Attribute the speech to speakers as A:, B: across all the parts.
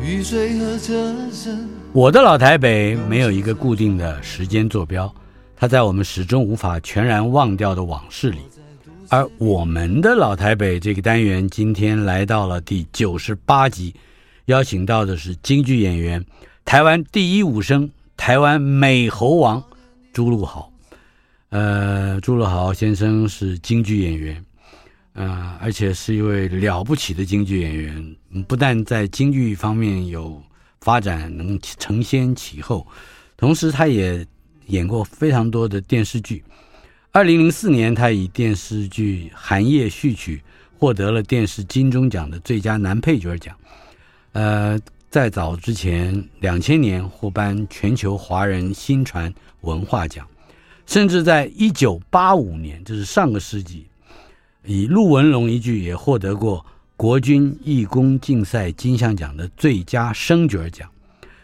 A: 雨水和车声，
B: 我的老台北没有一个固定的时间坐标，它在我们始终无法全然忘掉的往事里。而我们的老台北这个单元今天来到了第九十八集，邀请到的是京剧演员、台湾第一武生、台湾美猴王朱露豪。呃，朱露豪先生是京剧演员，呃，而且是一位了不起的京剧演员，嗯不但在京剧方面有发展，能起承先启后，同时他也演过非常多的电视剧。二零零四年，他以电视剧《寒夜序曲》获得了电视金钟奖的最佳男配角奖。呃，在早之前，两千年获颁全球华人新传文化奖，甚至在一九八五年，这是上个世纪，以陆文龙一句也获得过国军义工竞赛金像奖的最佳生角奖，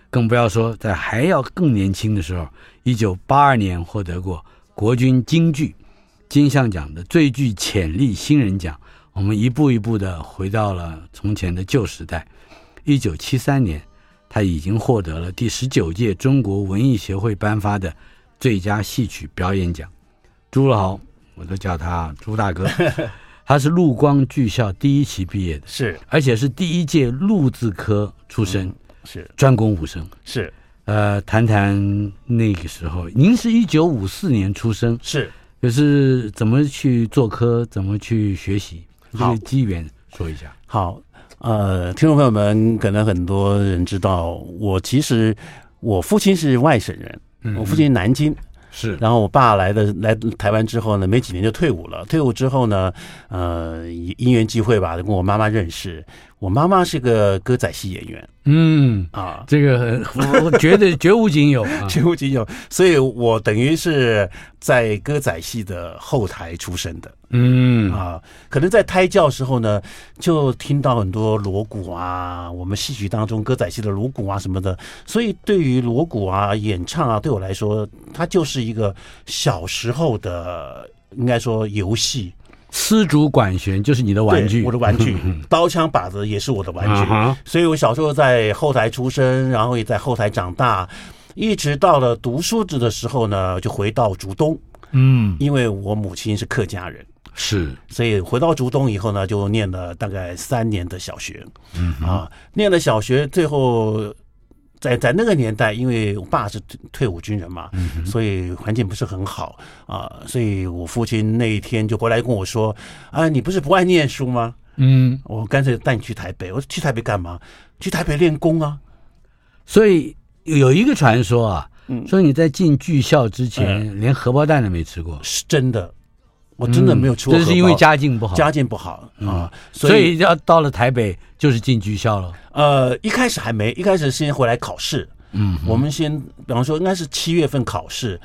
B: 更不要说在还要更年轻的时候，一九八二年获得过国军京剧金像奖的最具潜力新人奖。我们一步一步的回到了从前的旧时代。一九七三年，他已经获得了第十九届中国文艺协会颁发的最佳戏曲表演奖。朱老豪，我都叫他朱大哥，他是陆光剧校第一期毕业的，
C: 是
B: 而且是第一届录字科出身，
C: 嗯是
B: 专攻武生。
C: 是
B: 呃，谈谈那个时候，您是一九五四年出生，
C: 是，
B: 可是怎么去做科，怎么去学习，这
C: 好
B: 个机缘说一下。
C: 好，呃，听众朋友们，可能很多人知道，我其实我父亲是外省人，我父亲南京，
B: 是
C: 然后我爸来的来台湾之后呢，没几年就退伍了。退伍之后呢，呃，因缘际会吧，跟我妈妈认识。我妈妈是个歌仔戏演员
B: 嗯，
C: 啊，
B: 这个我我觉得绝无仅有 啊。
C: 绝无仅有，所以我等于是在歌仔戏的后台出生的。
B: 嗯
C: 啊，可能在胎教时候呢，就听到很多锣鼓啊，我们戏曲当中歌仔戏的锣鼓啊什么的，所以对于锣鼓啊、演唱啊，对我来说，它就是一个小时候的应该说游戏，
B: 丝竹管弦就是你的玩具，嗯
C: 对我的玩具，刀枪把子也是我的玩具，
B: 啊哈
C: 所以我小时候在后台出生，然后也在后台长大，一直到了读书子的时候呢，就回到竹东，
B: 嗯，
C: 因为我母亲是客家人。
B: 是
C: 所以回到竹东以后呢，就念了大概三年的小学，嗯、啊，念了小学，最后在在那个年代，因为我爸是退退伍军人嘛，
B: 嗯
C: 所以环境不是很好啊，所以我父亲那一天就回来跟我说：“啊，你不是不爱念书吗？
B: 嗯，
C: 我干脆带你去台北。”我说：“去台北干嘛？去台北练功啊。
B: 所以有一个传说啊，
C: 嗯
B: 说你在进剧校之前连荷包蛋都没吃”过，
C: 是真的，我真的没有吃过
B: 这
C: 荷包、
B: 嗯是因为家境不好，嗯
C: 家境不好啊，
B: 所以要到了台北就是进剧校了。
C: 呃，一开始还没，一开始先回来考试。
B: 嗯，
C: 我们先，比方说应该是七月份考试。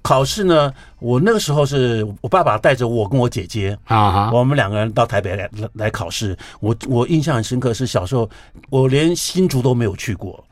C: 考试呢，我那个时候是我爸爸带着我跟我姐姐，
B: 啊哈，
C: 我们两个人到台北来来来考试。我我印象很深刻是小时候我连新竹都没有去过，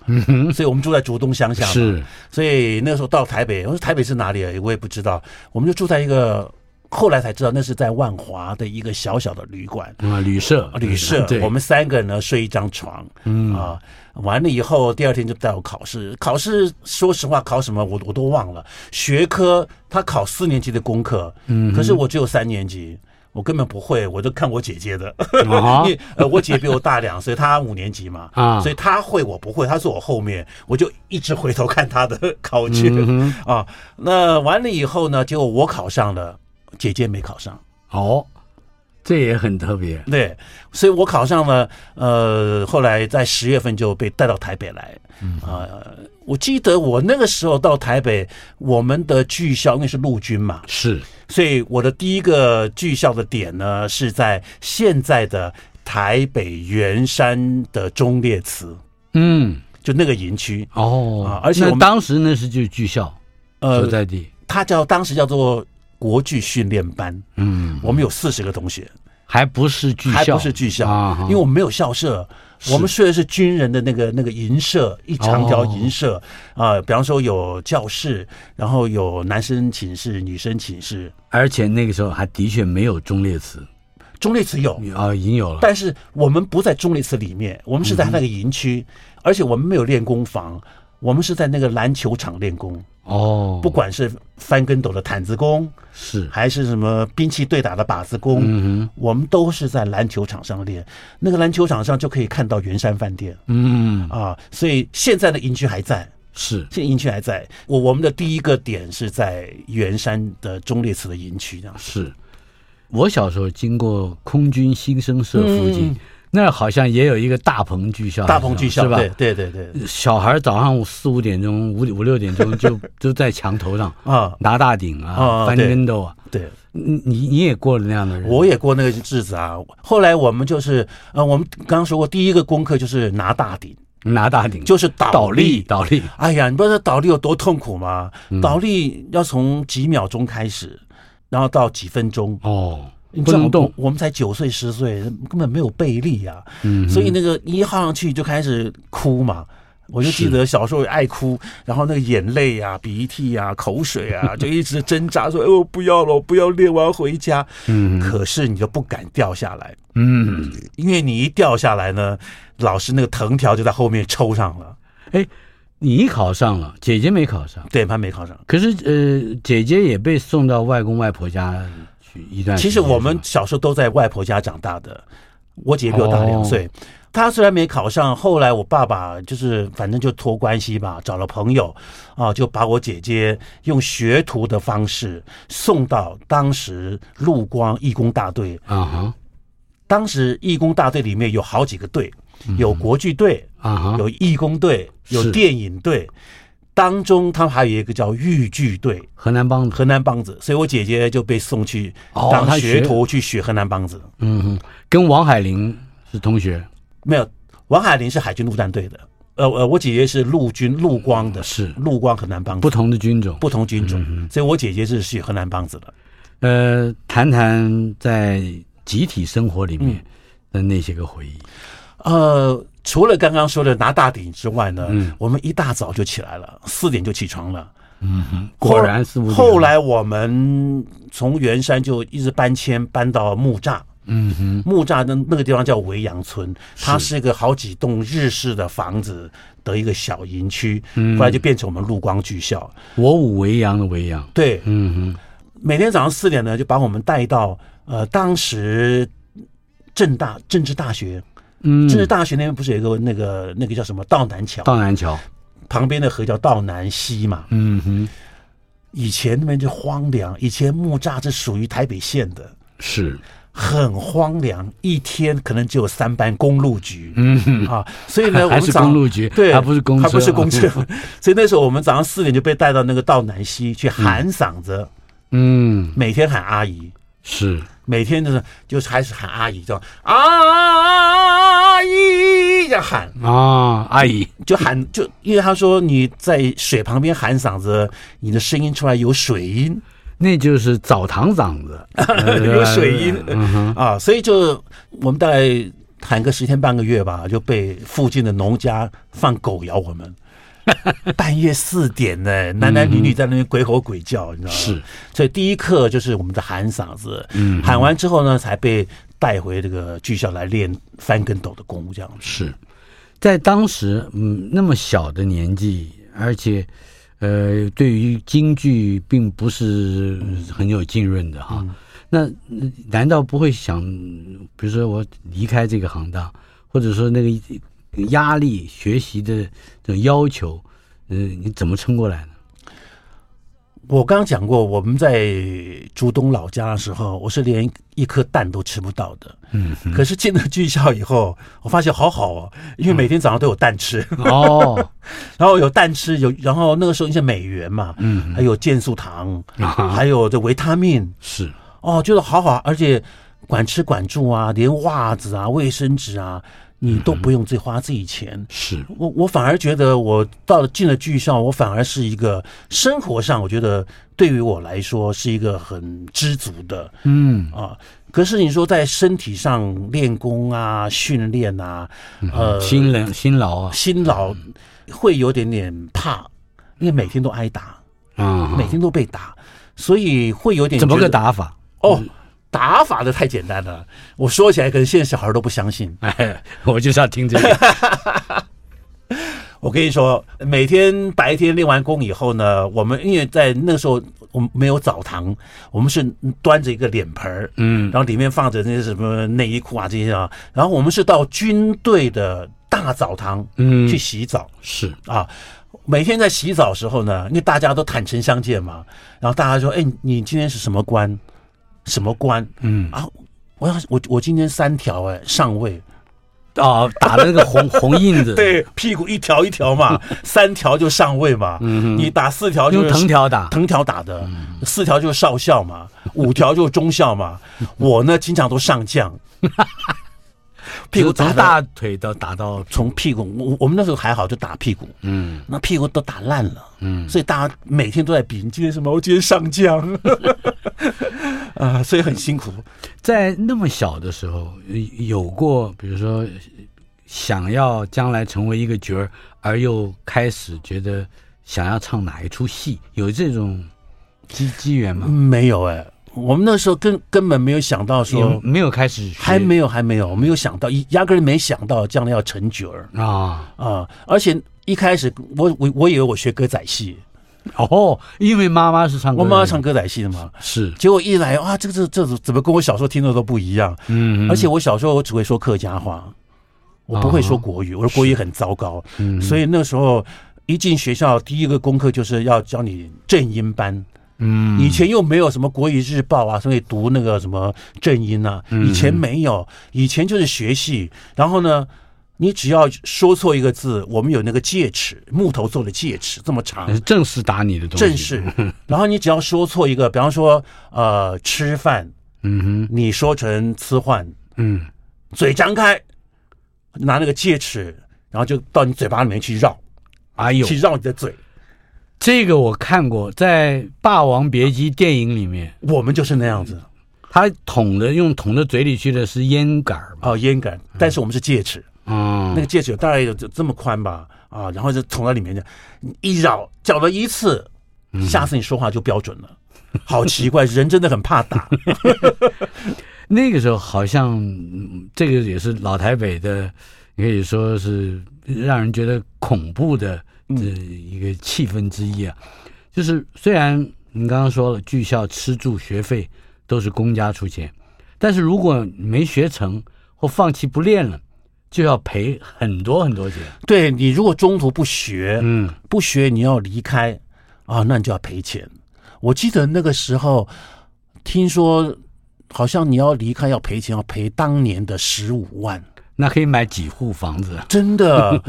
C: 所以我们住在竹东乡下
B: 嗯
C: 嘛。
B: 是
C: 所以那个时候到台北，我说台北是哪里啊？我也不知道。我们就住在一个，后来才知道那是在万华的一个小小的旅馆。
B: 啊，旅社，
C: 旅社，
B: 对，
C: 我们三个人呢睡一张床，嗯啊，完了以后第二天就带我考试，考试说实话考什么我我都忘了，学科他考四年级的功课，嗯，可是我只有三年级。我根本不会，我就看我姐姐的，
B: 啊哈
C: 因为呃，我姐比我大两岁， 她五年级嘛，
B: 啊
C: 所以她会我不会，她坐我后面，我就一直回头看她的考卷、
B: 嗯
C: 啊。那完了以后呢，结果我考上了，姐姐没考上。
B: 哦，这也很特别。
C: 对，所以我考上了，呃，后来在十月份就被带到台北来，
B: 嗯
C: 啊、我记得我那个时候到台北，我们的剧校因为是陆军嘛，
B: 是，
C: 所以我的第一个剧校的点呢是在现在的台北圆山的忠烈祠，
B: 嗯，
C: 就那个营区，
B: 哦，
C: 啊而且我
B: 那
C: 们
B: 当时那是就剧校所
C: 呃，
B: 在地，
C: 它叫当时叫做国剧训练班，
B: 嗯，
C: 我们有四十个同学，
B: 还不是剧校，
C: 还不是剧校，
B: 啊哈
C: 因为我们没有校舍。我们睡的是军人的那个那个营舍，一长条
B: 哦
C: 营舍啊、比方说有教室，然后有男生寝室、女生寝室，
B: 而且那个时候还的确没有忠烈祠，
C: 中立祠有，
B: 啊，已经有了，
C: 但是我们不在中立祠里面，我们是在那个营
B: 嗯
C: 区，而且我们没有练功房，我们是在那个篮球场练功，
B: 哦，
C: 不管是翻跟斗的毯子功，
B: 是，
C: 还是什么兵器对打的靶子功，
B: 嗯哼
C: 我们都是在篮球场上练。那个篮球场上就可以看到圆山饭店
B: 嗯，
C: 啊，所以现在的营区还在。
B: 是，
C: 现在营区还在，我我们的第一个点是在圆山的忠烈祠的营区，这样
B: 是，我小时候经过空军新生社附近，
C: 嗯
B: 那儿好像也有一个大棚剧校，
C: 大鹏巨校，
B: 哎是吧？
C: 对对对对，
B: 小孩早上四五点钟、五五六点 钟就就在墙头上
C: 啊
B: 拿大顶啊、
C: 啊
B: 翻
C: 对
B: 跟斗啊。
C: 对，
B: 你你你也过了那样的日子，
C: 我也过那个日子啊。后来我们就是，呃，我们刚刚说过，第一个功课就是拿大顶，
B: 拿大顶，
C: 就是倒
B: 倒立嗯
C: 立。
B: 倒立，
C: 哎呀，你不知道倒立有多痛苦吗？倒立要从几秒钟开始，然后到几分钟，
B: 哦，
C: 你
B: 不
C: 知道
B: 能动，
C: 我们才九岁十岁，根本没有背力啊。
B: 嗯哼，
C: 所以那个一号上去就开始哭嘛。我就记得小时候也爱哭，然后那个眼泪啊、鼻涕啊、口 水啊，就一直挣扎说：“哎呦，不要了，我不要练，我要回家。”
B: 嗯
C: 可是你就不敢掉下来，
B: 嗯，
C: 因为你一掉下来呢，老师那个藤条就在后面抽上了。
B: 你考上了，姐姐没考上，
C: 对，他没考上。
B: 可是呃，姐姐也被送到外公外婆家去一段时
C: 其
B: 间。
C: 实
B: 嗯
C: 我
B: 是
C: 们
B: 吧
C: 小时候都在外婆家长大的，我姐比我大
B: 哦
C: 两岁。她虽然没考上，后来我爸爸就是反正就托关系吧，找了朋友啊，就把我姐姐用学徒的方式送到当时陆光义工大队。
B: 啊哈
C: 当时义工大队里面有好几个队，有国剧队，
B: 嗯啊哈，
C: 有义工队，有
B: 是
C: 电影队，当中他们还有一个叫豫剧队，
B: 河南梆子，
C: 河南梆子，所以我姐姐就被送去
B: 哦
C: 当
B: 她学
C: 学徒去学河南梆子。
B: 嗯哼，跟王海玲是同学，
C: 没有，王海林是海军陆战队的，呃呃，我姐姐是陆军陆光的，
B: 是
C: 陆光河南帮
B: 不
C: 子，
B: 同的军种。
C: 不同军
B: 嗯
C: 种，所以我姐姐是去河南帮子的。
B: 呃，谈谈在集体生活里
C: 嗯
B: 面的那些个回忆。
C: 呃，除了刚刚说的拿大顶之外呢，
B: 嗯
C: 我们一大早就起来了，四点就起床了。
B: 嗯果然是无
C: 后来我们从圆山就一直搬迁搬到木栅。
B: 嗯哼，
C: 木栅的那个地方叫维扬村，它是一个好几栋日式的房子的一个小营区，
B: 嗯
C: 后来就变成我们陆光剧校。
B: 我武为阳的为阳。
C: 对，
B: 嗯
C: 每天早上四点呢，就把我们带到呃，当时政大政治大学，
B: 哼，嗯，
C: 政治大学那边不是有一个那个那个叫什么道南桥，
B: 道南桥。
C: 旁边的河叫道南溪嘛。
B: 嗯哼，
C: 以前那边就荒凉，以前木栅是属于台北县的，
B: 是。
C: 很荒凉，一天可能只有三班公路局。
B: 嗯哼，
C: 啊，所以呢，我
B: 还
C: 们
B: 是
C: 早
B: 公路局
C: 对，
B: 还不是公车啊
C: 还不是 公车，所以那时候我们早上四点就被带到那个道南溪去喊嗓子，
B: 嗯，
C: 每天喊阿姨，
B: 是。
C: 每天就是就是开始喊阿姨，叫阿姨，这样喊，
B: 啊，阿姨，
C: 就喊就，因为他说你在水旁边喊嗓子，你的声音出来有水音，
B: 那就是澡堂嗓 子，
C: 有水音
B: 嗯哼，
C: 啊，所以就我们大概喊个十天半个月吧，就被附近的农家放狗咬我们。 半夜四点呢、男男女女在那边鬼吼鬼叫，你知道吗？
B: 是，嗯
C: 所以第一课就是我们的喊嗓子，喊完之后呢，才被带回这个剧校来练翻跟斗的功夫，这样子。
B: 是在当时，嗯，那么小的年纪，而且，呃，对于京剧并不是很有浸润的哈。那呃难道不会想，比如说我离开这个行当，或者说那个压力、呃学习的这种要求，嗯、你怎么撑过来呢？
C: 我刚讲过，我们在竹东老家的时候，我是连一颗蛋都吃不到的。
B: 嗯哼，
C: 可是进了军校以后，我发现好好哦，因为每天早上都有蛋吃，
B: 哦，
C: 然后有蛋吃，有然后那个时候一些美元嘛，
B: 嗯，
C: 还有健素糖，
B: 啊
C: 还有这维他命，
B: 是，
C: 哦，觉得好好，而且管吃管住啊，连袜子啊、卫生纸啊，你
B: 嗯
C: 都不用自己花自己钱。
B: 是，
C: 我我反而觉得，我到了进了剧校，我反而是一个生活上，我觉得对于我来说是一个很知足的
B: 嗯，
C: 啊。可是你说在身体上练功啊、训练啊，呃，
B: 嗯辛劳辛劳啊，
C: 辛劳会有点点怕，因为每天都挨打，
B: 啊，
C: 每天都被打，所以会有点
B: 怎么
C: 觉
B: 个
C: 得
B: 打法？
C: 哦，打法的太简单了。我说起来，可能现在小孩都不相信。
B: 哎，我就是要听这 个，
C: 我跟你说，每天白天练完功以后呢，我们因为在那时候我们没有澡堂，我们是端着一个脸盆儿，
B: 嗯
C: 然，后里面放着那些什么内衣裤啊这些啊，然后我们是到军队的大澡堂
B: 嗯
C: 去洗澡。
B: 是，
C: 啊，每天在洗澡的时候呢，因为大家都坦诚相见嘛，然后大家说：“哎，你今天是什么官？什么官？”
B: 嗯，
C: 啊，我要我我今天三条哎、上位，
B: 哦，打了那个 红红印子，，
C: 对，屁股一条一 条嘛，三条就上位嘛，
B: 嗯
C: 你打四条就
B: 用
C: 是
B: 藤条嗯打，
C: 藤条打的，四条就是少校嘛，五条就是中校 嘛，我呢经常都上将，屁股打
B: 从
C: 得
B: 大腿到打到，
C: 从屁股，我我们那时候还好就打屁股，
B: 嗯
C: 那屁股都打烂了。
B: 嗯，
C: 所以大家每天都在比你今天什么，我今天上 将，啊，所以很辛苦。
B: 在那么小的时候，呃有过比如说想要将来成为一个角儿，而又开始觉得想要唱哪一出戏，有这种机机缘吗？
C: 没有哎、我们那时候根根本没有想到
B: 有
C: 说，
B: 没有开始学？
C: 还没有还没有，没有想到，一压根儿没想到将来要成角儿
B: 啊？
C: 啊！而且一开始我我我以为我学歌仔戏，
B: 哦，因为妈妈是唱歌
C: 我
B: 的，
C: 妈妈唱歌仔戏的嘛，
B: 是，
C: 结果一来啊，这个这这怎么跟我小时候听的都不一样？
B: 嗯，
C: 而且我小时候我只会说客家话，我不会说国语，我的国语很糟糕，
B: 哦嗯
C: 所以那时候一进学校，第一个功课就是要教你正音班。
B: 嗯
C: 以前又没有什么国语日报啊，所以读那个什么正音啊，
B: 嗯
C: 以前没有，以前就是学戏。然后呢，你只要说错一个字，我们有那个戒尺，木头做的戒尺，这么长
B: 那，是正式打你的哎东西，
C: 嗯正，式。 然后你只要说错一个，比方说呃吃饭，
B: 嗯哼，
C: 你说成吃饭，
B: 嗯，
C: 嘴张开，拿那个戒尺，然后就到你嘴巴里面去绕，
B: 哎呦
C: 去，绕你的嘴。
B: 这个我看过，在《霸王别姬》电影里面，
C: 我们就是那样
B: 嗯
C: 子
B: 他捅的用捅的嘴里去的是烟杆儿吧？
C: 哦，烟感，但是我们是戒尺，
B: 嗯，
C: 那个戒尺大概有这这么宽吧，啊，然后就捅到里面去，你一绕，搅了一次，
B: 嗯
C: 下次你说话就标准 了。好奇怪，人真的很怕打。
B: 那个时候好像、嗯这个也是老台北的，你可以说是让人觉得恐怖的呃一个气氛之一啊。就是虽然你刚刚说了，剧校吃住学费都是公家出钱，但是如果没学成或放弃不练了，就要赔很多很多钱。
C: 对你如果中途不学，
B: 嗯，
C: 不学你要离开啊，那你就要赔钱。我记得那个时候，听说好像你要离开要赔钱，要赔当年的十五万，
B: 那可以买几户房子？啊
C: 真 的。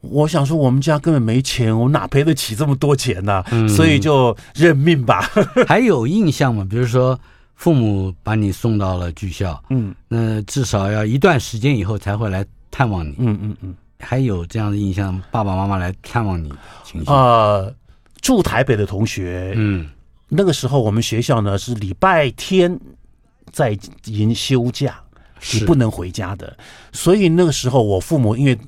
C: 我想说，我们家根本没钱，我哪赔得起这么多钱呢、
B: 嗯
C: 所以就认命吧。
B: 还有印象吗？比如说父母把你送到了剧校，
C: 嗯
B: 那至少要一段时间以后才会来探望你。
C: 嗯嗯嗯。
B: 还有这样的印象，爸爸妈妈来探望你的情形。
C: 啊，住台北的同学，
B: 嗯，
C: 那个时候我们学校呢是礼拜天在营休假，
B: 是
C: 你不能回家的。所以那个时候我父母因为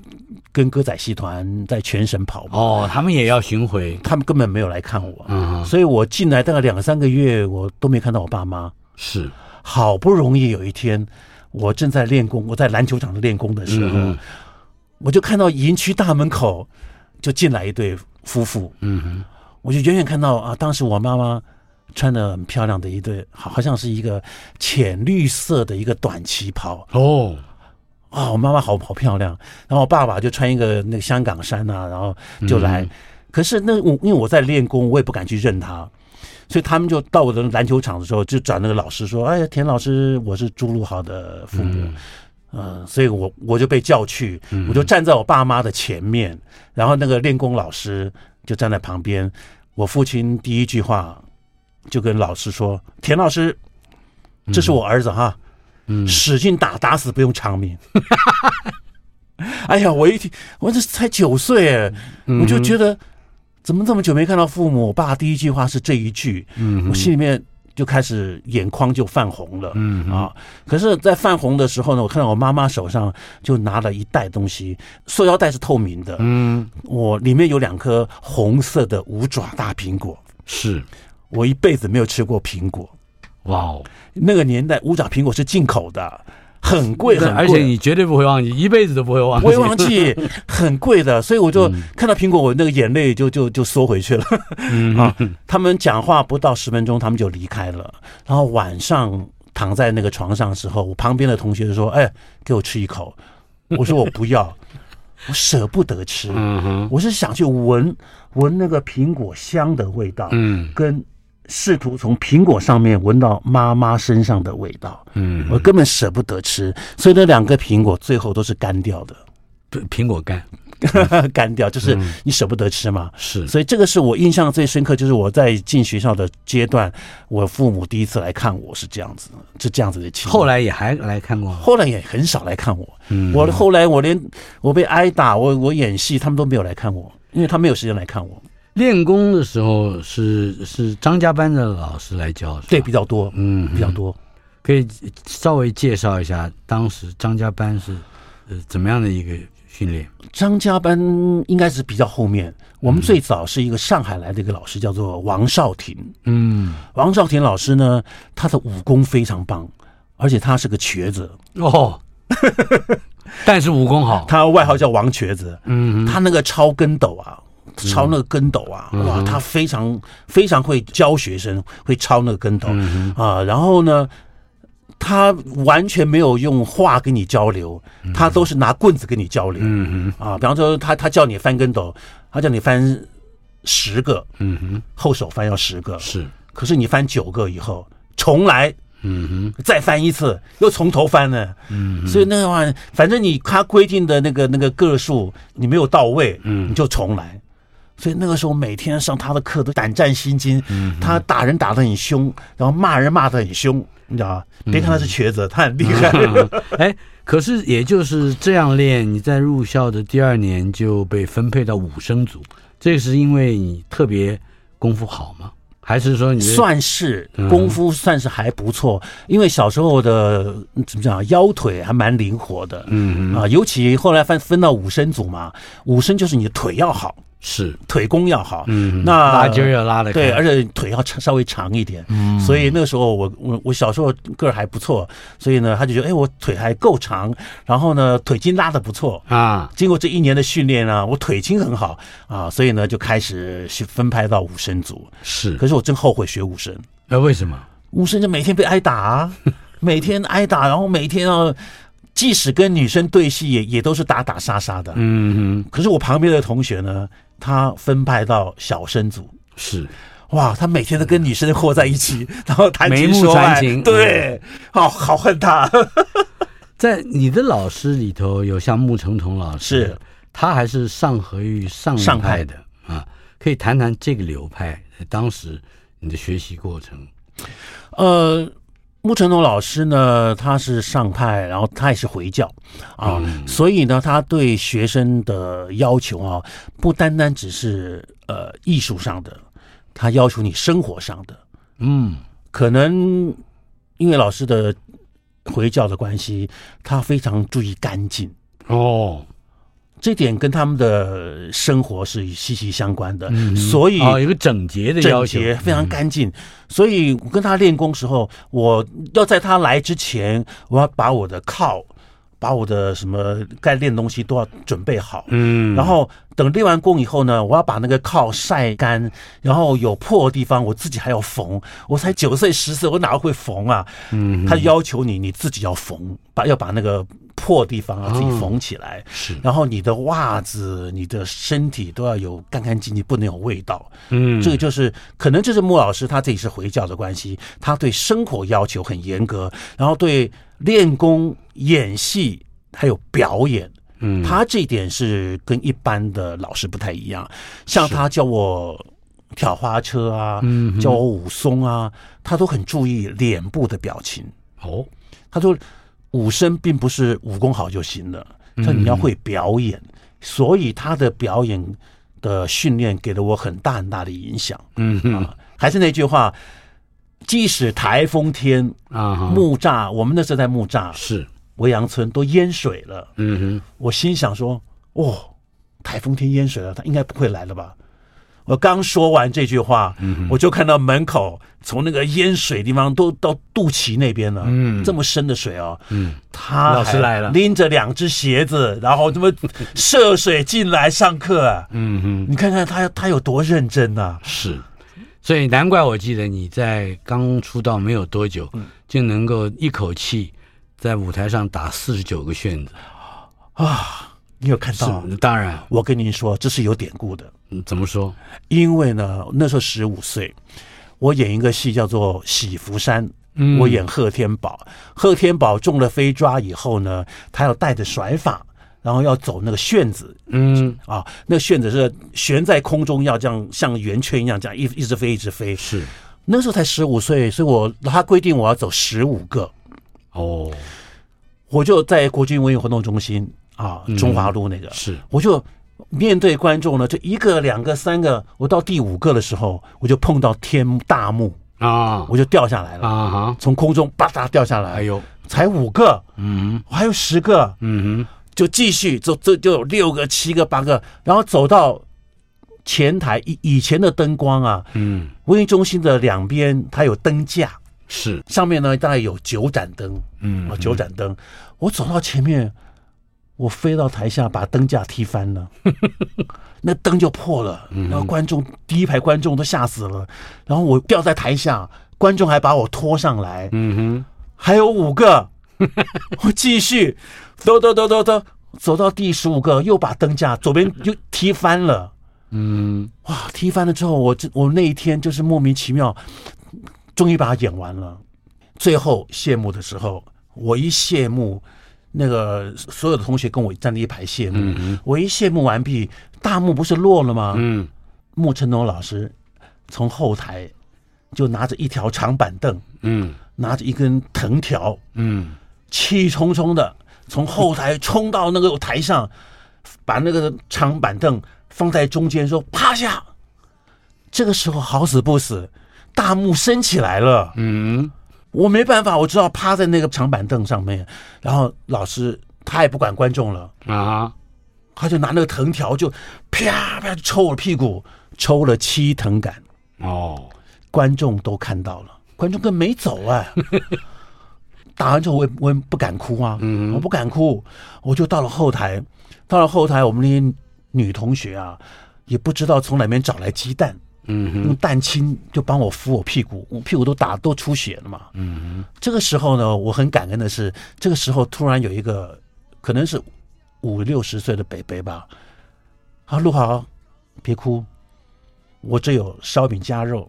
C: 跟歌仔戏团在全省跑嘛，
B: 哦，他们也要巡回。
C: 他们根本没有来看我，
B: 嗯，
C: 所以我进来大概两三个月，我都没看到我爸妈。
B: 是
C: 好不容易有一天，我正在练功，我在篮球场练功的时候，
B: 嗯嗯
C: 我就看到营区大门口就进来一对夫妇，
B: 嗯哼，
C: 我就远远看到啊，当时我妈妈穿的很漂亮的一对，好好像是一个浅绿色的一个短旗袍
B: 哦，
C: 啊，我妈妈好好漂亮。然后我爸爸就穿一个那个香港衫啊，然后就来。可是那我因为我在练功，我也不敢去认他，所以他们就到我的篮球场的时候，就找那个老师说：“哎呀，田老师，我是朱鲁豪的父母。嗯，所以我我就被叫去，我就站在我爸妈的前面，然后那个练功老师就站在旁边。我父亲第一句话就跟老师说：“田老师，这是我儿子哈，使劲打，打死不用偿命。”哎呀，我一听，我这才九岁，
B: 嗯
C: 我就觉得怎么这么久没看到父母？我爸第一句话是这一句，
B: 嗯
C: 我心里面就开始眼眶就泛红了。
B: 嗯
C: 啊，可是，在泛红的时候呢，我看到我妈妈手上就拿了一袋东西，塑料袋是透明的，
B: 嗯，
C: 我里面有两颗红色的五爪大苹果，
B: 是，
C: 我一辈子没有吃过苹果。
B: 哇哦，
C: 那个年代，五爪苹果是进口的，很贵很
B: 对
C: 贵，
B: 而且你绝对不会忘记，一辈子都不会忘记。
C: 我也忘记，很贵的，所以我
B: 嗯
C: 就看到苹果，我那个眼泪就就就缩回去了。
B: 嗯
C: 啊，他们讲话不到十分钟，他们就离开了。然后晚上躺在那个床上的时候，我旁边的同学就说：“哎，给我吃一口。”我说：“我不要， 我舍不得吃，
B: 嗯哼，
C: 我是想去闻闻那个苹果香的味道，
B: 嗯
C: 跟试图从苹果上面闻到妈妈身上的味道。
B: 嗯，
C: 我根本舍不得吃，所以那两个苹果最后都是干掉的。”
B: 苹苹果干
C: 干掉，就是
B: 嗯
C: 你舍不得吃嘛。
B: 是，
C: 所以这个是我印象最深刻，就是我在进学校的阶段，我父母第一次来看我是这样子，是这样子的情况。
B: 后来也还来看过吗。
C: 后来也很少来看我，
B: 嗯
C: 我后来我连我被挨打，我我演戏，他们都没有来看我，因为他没有时间来看我。
B: 练功的时候是是张家班的老师来教，是吧
C: 对，比较多，
B: 嗯
C: 比较多。
B: 可以稍微介绍一下当时张家班是呃怎么样的一个训练？
C: 张家班应该是比较后
B: 嗯
C: 面，我们最早是一个上海来的一个老师，叫做王少廷。
B: 嗯，
C: 王少廷老师呢，他的武功非常棒，而且他是个瘸子，
B: 哦， 但是武功好，
C: 他外号叫王瘸子。
B: 嗯
C: 他那个抄跟斗啊，抄那个跟斗啊，哇，他非常非常会教学生，会抄那个跟斗
B: 嗯
C: 啊。然后呢，他完全没有用话跟你交流，他都是拿棍子跟你交流
B: 嗯
C: 啊。比方说，他他叫你翻跟斗，他叫你翻十个
B: 哼嗯哼
C: 后手翻要十个，
B: 是
C: 可是你翻九个以后重来。
B: 嗯
C: 再翻一次，又从头翻了。嗯，所以那个话，反正你他规定的那个那个个数，你没有到位，嗯，你就重来。所以那个时候每天上他的课都胆战心惊，他打人打得很凶，然后骂人骂得很凶，你知道吧？别看他是瘸子，他很厉害。
B: 哼哎，可是也就是这样练，你在入校的第二年就被分配到武生组，这是因为你特别功夫好吗？还是说你的
C: 算是功夫，算是还不错。因为小时候的嗯怎么讲，腰腿还蛮灵活的。嗯啊，尤其后来分分到武生组嘛，武生就是你的腿要好，
B: 是
C: 腿功要好。
B: 嗯
C: 那
B: 拉筋儿要拉的
C: 对，而
B: 且
C: 且腿要长稍微长一点，所以那个时候我我我小时候个儿还不错，所以呢他就觉得哎我腿还够长，然后呢腿筋拉的不错。
B: 啊
C: 经过这一年的训练啊呢，我腿筋很好啊，所以呢就开始去分派到武生组。
B: 是
C: 可是我真后悔学武生，
B: 那呃为什么？
C: 武生就每天被挨打、啊， 每天挨打，然后每天啊，即使跟女生对戏也也都是打打杀杀的。
B: 嗯哼
C: 可是我旁边的同学呢，他分派到小生组，
B: 是
C: 哇，他每天都跟女生和在一起，然后谈
B: 嗯眉
C: 情
B: 目
C: 说
B: 传
C: 爱，
B: 情嗯
C: 对，好好恨他。啊
B: 在你的老师里头有像穆成同老师，
C: 是
B: 他还是上合玉上
C: 上
B: 派
C: 派
B: 的啊，可以谈谈这个流派呃当时你的学习过程。
C: 呃，穆成龙老师呢，他是上派，然后他也是回教啊，所以呢，他对学生的要求啊，不单单只是呃艺术上的，他要求你生活上的，
B: 嗯
C: 可能因为老师的回教的关系，他非常注意干净。
B: 哦，
C: 这点跟他们的生活是息息相关的，所以
B: 哦，有个整洁的要
C: 整
B: 求，嗯
C: 洁非常干净。所以我跟他练功时候，我要在他来之前，我要把我的靠，把我的什么该练的东西都要准备好。
B: 嗯，
C: 然后等练完功以后呢，我要把那个靠晒干，然后有破的地方我自己还要缝。我才九岁十岁，我哪会缝啊？嗯，他要求你你自己要缝，把要把那个破地方啊自
B: 哦
C: 己缝起来。
B: 是
C: 然后你的袜子、你的身体都要有干干净净，不能有味道。
B: 嗯
C: 这个就是可能就是穆老师他自己是回教的关系，他对生活要求很严格，然后对练功、演戏还有表演，
B: 嗯
C: 他这一点是跟一般的老师不太一样。像他教我挑花车啊，
B: 嗯
C: 教我武松啊，他都很注意脸部的表情。
B: 哦
C: 他说武生并不是武功好就行了，
B: 嗯
C: 他你要会表演，所以他的表演的训练给了我很大很大的影响。
B: 嗯哼
C: 啊，还是那句话，即使台风天，
B: 啊哈
C: 木栅，我们那时候在木栅
B: 是
C: 维扬村都淹水了，
B: 嗯
C: 我心想说，哦，台风天淹水了，他应该不会来了吧？我刚说完这句话，
B: 嗯
C: 我就看到门口从那个淹水地方都到肚脐那边了，
B: 嗯
C: 这么深的水哦，
B: 嗯，
C: 他
B: 老师
C: 还
B: 来了
C: 拎着两只鞋子，然后这么涉水进来上课啊，
B: 哼嗯哼
C: 你看看他他有多认真呐、啊！
B: 是，所以难怪我记得你在刚出道没有多久，就能够一口气在舞台上打四十九个旋子。
C: 你有看到啊？
B: 是，当然，
C: 我跟您说，这是有典故的，
B: 嗯怎么说？
C: 因为呢，那时候十五岁，我演一个戏叫做《喜福山》，
B: 嗯
C: 我演贺天宝。贺天宝中了飞抓以后呢，他要带着甩法，然后要走那个旋子
B: 嗯，
C: 啊，那个旋子是悬在空中，要这样像圆圈一样这样一一直飞一直飞。
B: 是
C: 那时候才十五岁，所以我他规定我要走十五个，
B: 哦，
C: 我就在国军文艺活动中心啊，
B: 嗯
C: 中华路那个、
B: 是
C: 我就面对观众呢，就一个、两个、三个，我到第五个的时候，我就碰到天大幕，
B: 啊
C: 我就掉下来了，
B: 啊哈，
C: 从空中吧嗒掉下
B: 哎
C: 来，
B: 呦，
C: 才五个，
B: 嗯
C: 我还有十个，
B: 嗯哼，
C: 就继续走，这就有六个、七个、八个，然后走到前台以以前的灯光啊，
B: 嗯
C: 文艺中心的两边它有灯架，
B: 是
C: 上面呢大概有九盏灯，
B: 嗯
C: 啊，九盏灯，我走到前面，我飞到台下，把灯架踢翻了，那灯就破了，然后观众第一排观众都吓死了，然后我掉在台下，观众还把我拖上来，
B: 嗯
C: 还有五个， 我继续走走走走走，走到第十五个，又把灯架左边又踢翻了。
B: 哼嗯
C: 哇，踢翻了之后，我这我那一天就是莫名其妙，终于把它演完了。最后谢幕的时候，我一谢幕，那个所有的同学跟我站在一排谢幕。我一谢幕完毕，大幕不是落了吗？
B: 嗯
C: 穆成龙老师从后台就拿着一条长板凳，
B: 嗯
C: 拿着一根藤条，
B: 嗯
C: 气冲冲的从后台冲到那个台上，把那个长板凳放在中间，说趴下。这个时候好死不死，大幕升起来了，
B: 嗯
C: 我没办法，我只好趴在那个长板凳上面。然后老师他也不管观众了，
B: 啊
C: 他就拿那个藤条就啪啪抽我屁股，抽了七藤杆。
B: 哦
C: 观众都看到了，观众根本没走 啊。打完之后，我也我也不敢哭啊，
B: 嗯
C: 我不敢哭，我就到了后台，到了后台，我们那些女同学啊，也不知道从哪边找来鸡蛋，
B: 嗯哼
C: 用蛋清就帮我敷我屁股，我屁股都打都出血了嘛。
B: 嗯
C: 这个时候呢，我很感恩的是，这个时候突然有一个可能是五六十岁的北北吧，啊，陆豪，别哭，我这有烧饼夹肉，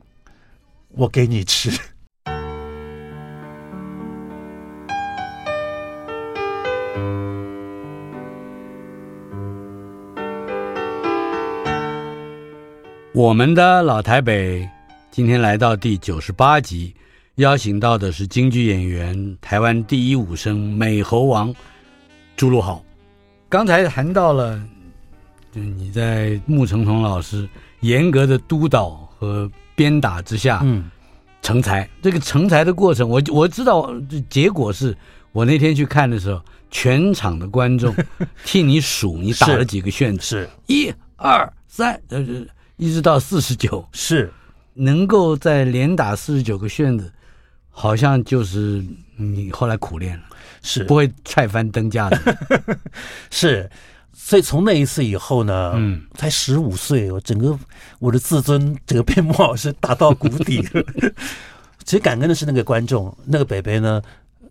C: 我给你吃。
B: 我们的老台北今天来到第九十八集，邀请到的是京剧演员、台湾第一武生美猴王朱陆豪。刚才谈到了，就你在穆成桐老师严格的督导和鞭打之下
C: 嗯，
B: 成才。这个成才的过程，我我知道这结果是我那天去看的时候，全场的观众替你数你打
C: 是
B: 了几个旋子，
C: 是
B: 一二三，呃，一直到四十九。
C: 是，
B: 能够在连打四十九个旋子，好像就是你后来苦练了，
C: 是
B: 不会踹翻灯架的。
C: 是，所以从那一次以后呢，
B: 嗯
C: 才十五岁，我整个我的自尊整个被莫老师打到谷底。其实感恩的是那个观众，那个北北呢，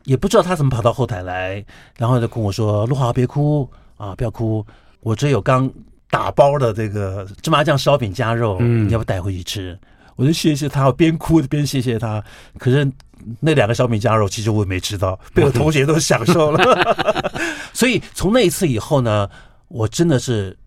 C: 也不知道他怎么跑到后台来，然后就跟我说：“陆华别哭啊，不要哭，我这有刚打包的这个芝麻酱烧饼夹肉，
B: 嗯
C: 你要不带回去吃？”我就谢谢他，我边哭边谢谢他。可是那两个烧饼夹肉，其实我也没 吃到，被我同学都享受了。 所以从那一次以后呢，我真的是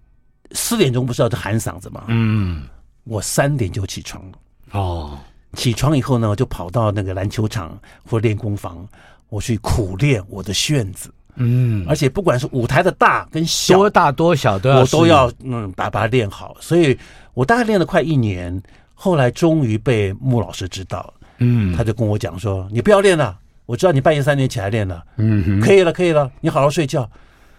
C: 四点钟不是要喊嗓子吗？
B: 嗯，
C: 我三点就起床了。
B: 哦，
C: 起床以后呢，我就跑到那个篮球场或练功房，我去苦练我的旋子，
B: 嗯，
C: 而且不管是舞台的大跟小，
B: 多大多小都要
C: 我都
B: 适应
C: 要嗯把把它练好。所以我大概练了快一年，后来终于被穆老师知道，
B: 嗯
C: 他就跟我讲说：“你不要练了，我知道你半夜三点起来练了，
B: 嗯哼
C: 可以了，可以了，你好好睡觉。”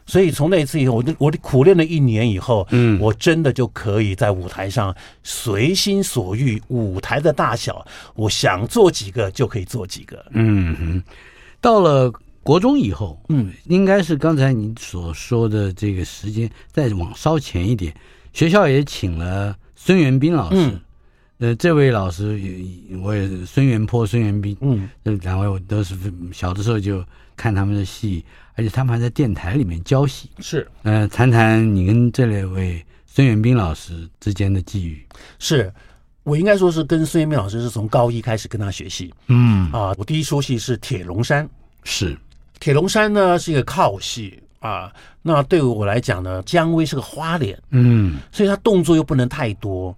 C: 所以从那一次以后，我就我苦练了一年以后，
B: 嗯
C: 我真的就可以在舞台上随心所欲，舞台的大小，我想做几个就可以做几个。
B: 嗯哼，到了国中以后，
C: 嗯，
B: 应该是刚才你所说的这个时间，再往稍前一点，学校也请了孙元斌老师。
C: 嗯
B: 呃，这位老师也，我也是孙元坡、孙元斌，
C: 嗯，
B: 这两位我都是小的时候就看他们的戏，而且他们还在电台里面教戏。
C: 是
B: 呃，谈谈你跟这两位孙元斌老师之间的际遇。
C: 是，我应该说是跟孙燕明老师是从高一开始跟他学戏
B: 嗯，
C: 啊。我第一出戏是《铁笼山》，
B: 是，
C: 铁笼山呢是一个靠戏啊。那对于我来讲呢，姜薇是个花脸，
B: 嗯
C: 所以他动作又不能太多，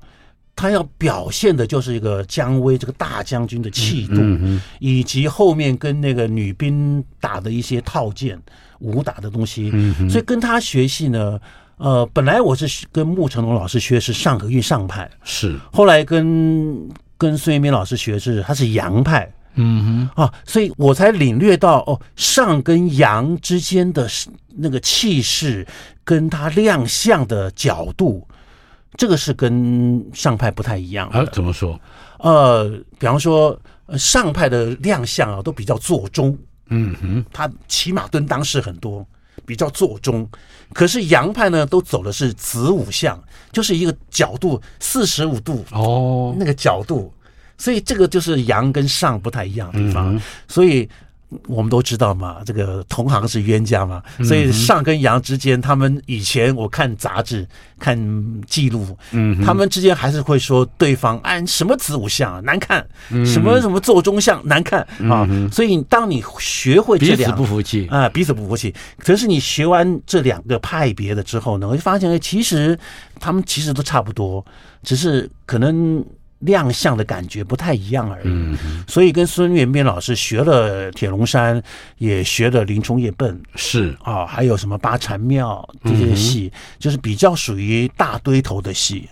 C: 他要表现的就是一个姜维这个大将军的气度，
B: 嗯
C: 以及后面跟那个女兵打的一些套件、武打的东西。
B: 嗯
C: 所以跟他学戏呢，呃，本来我是跟穆成龙老师学是上合韵上派，
B: 是，
C: 后来跟跟孙一鸣老师学是他是洋派。
B: 嗯
C: 啊，所以我才领略到哦，上跟阳之间的是那个气势，跟他亮相的角度，这个是跟上派不太一样
B: 哼，啊，
C: 的。
B: 怎么说？
C: 呃，比方说、呃上派的亮相啊，都比较做中，
B: 嗯哼，
C: 他骑马蹲裆式很多，比较做中。可是杨派呢，都走的是子午相，就是一个角度四十五度
B: 哦，
C: 那个角度，所以这个就是阳跟上不太一样的地
B: 嗯
C: 方。所以我们都知道嘛，这个同行是冤家嘛，
B: 嗯
C: 所以上跟阳之间，他们以前我看杂志、看记录，
B: 嗯
C: 他们之间还是会说对方按什么子午相啊难看，
B: 嗯
C: 什么什么坐中相难看啊。所以当你学会这
B: 彼此
C: 两
B: 不服气。
C: 啊，彼此不服气。可是你学完这两个派别的之后呢，我就发现，哎，其实他们其实都差不多，只是可能亮相的感觉不太一样而已。
B: 嗯
C: 所以跟孙元斌老师学了铁笼山，也学了林冲夜奔
B: 是，
C: 啊，还有什么八禅庙这些戏，就是比较属于大堆头的戏。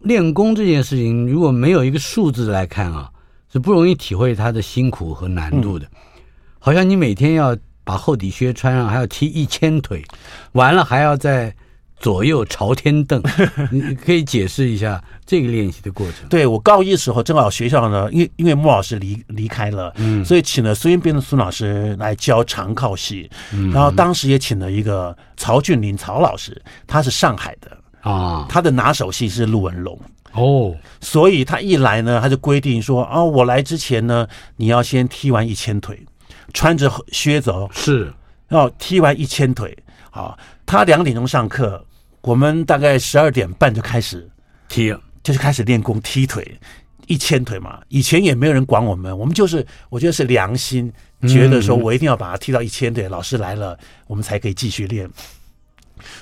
B: 练功这件事情，如果没有一个数字来看啊，是不容易体会它的辛苦和难度的。好像你每天要把厚底靴穿上，还要踢一千腿，完了还要在左右朝天 蹬。你你可以解释一下这个练习的过程？
C: 对我高一的时候，正好学校呢，因为因为穆老师离离开了，嗯，所以请了孙斌的孙老师来教长靠戏，然后当时也请了一个曹俊林曹老师，他是上海的，
B: 啊，
C: 他的拿手戏是陆文龙，
B: 哦，
C: 所以他一来呢，他就规定说啊、我来之前呢，你要先踢完一千腿，穿着靴子哦，
B: 是，
C: 要踢完一千腿，好，他两点钟上课，我们大概十二点半就开始
B: 踢，啊
C: 就是开始练功踢腿，一千腿嘛。以前也没有人管我们，我们就是我觉得是良心，觉得说我一定要把它踢到一千腿，老师来了我们才可以继续练。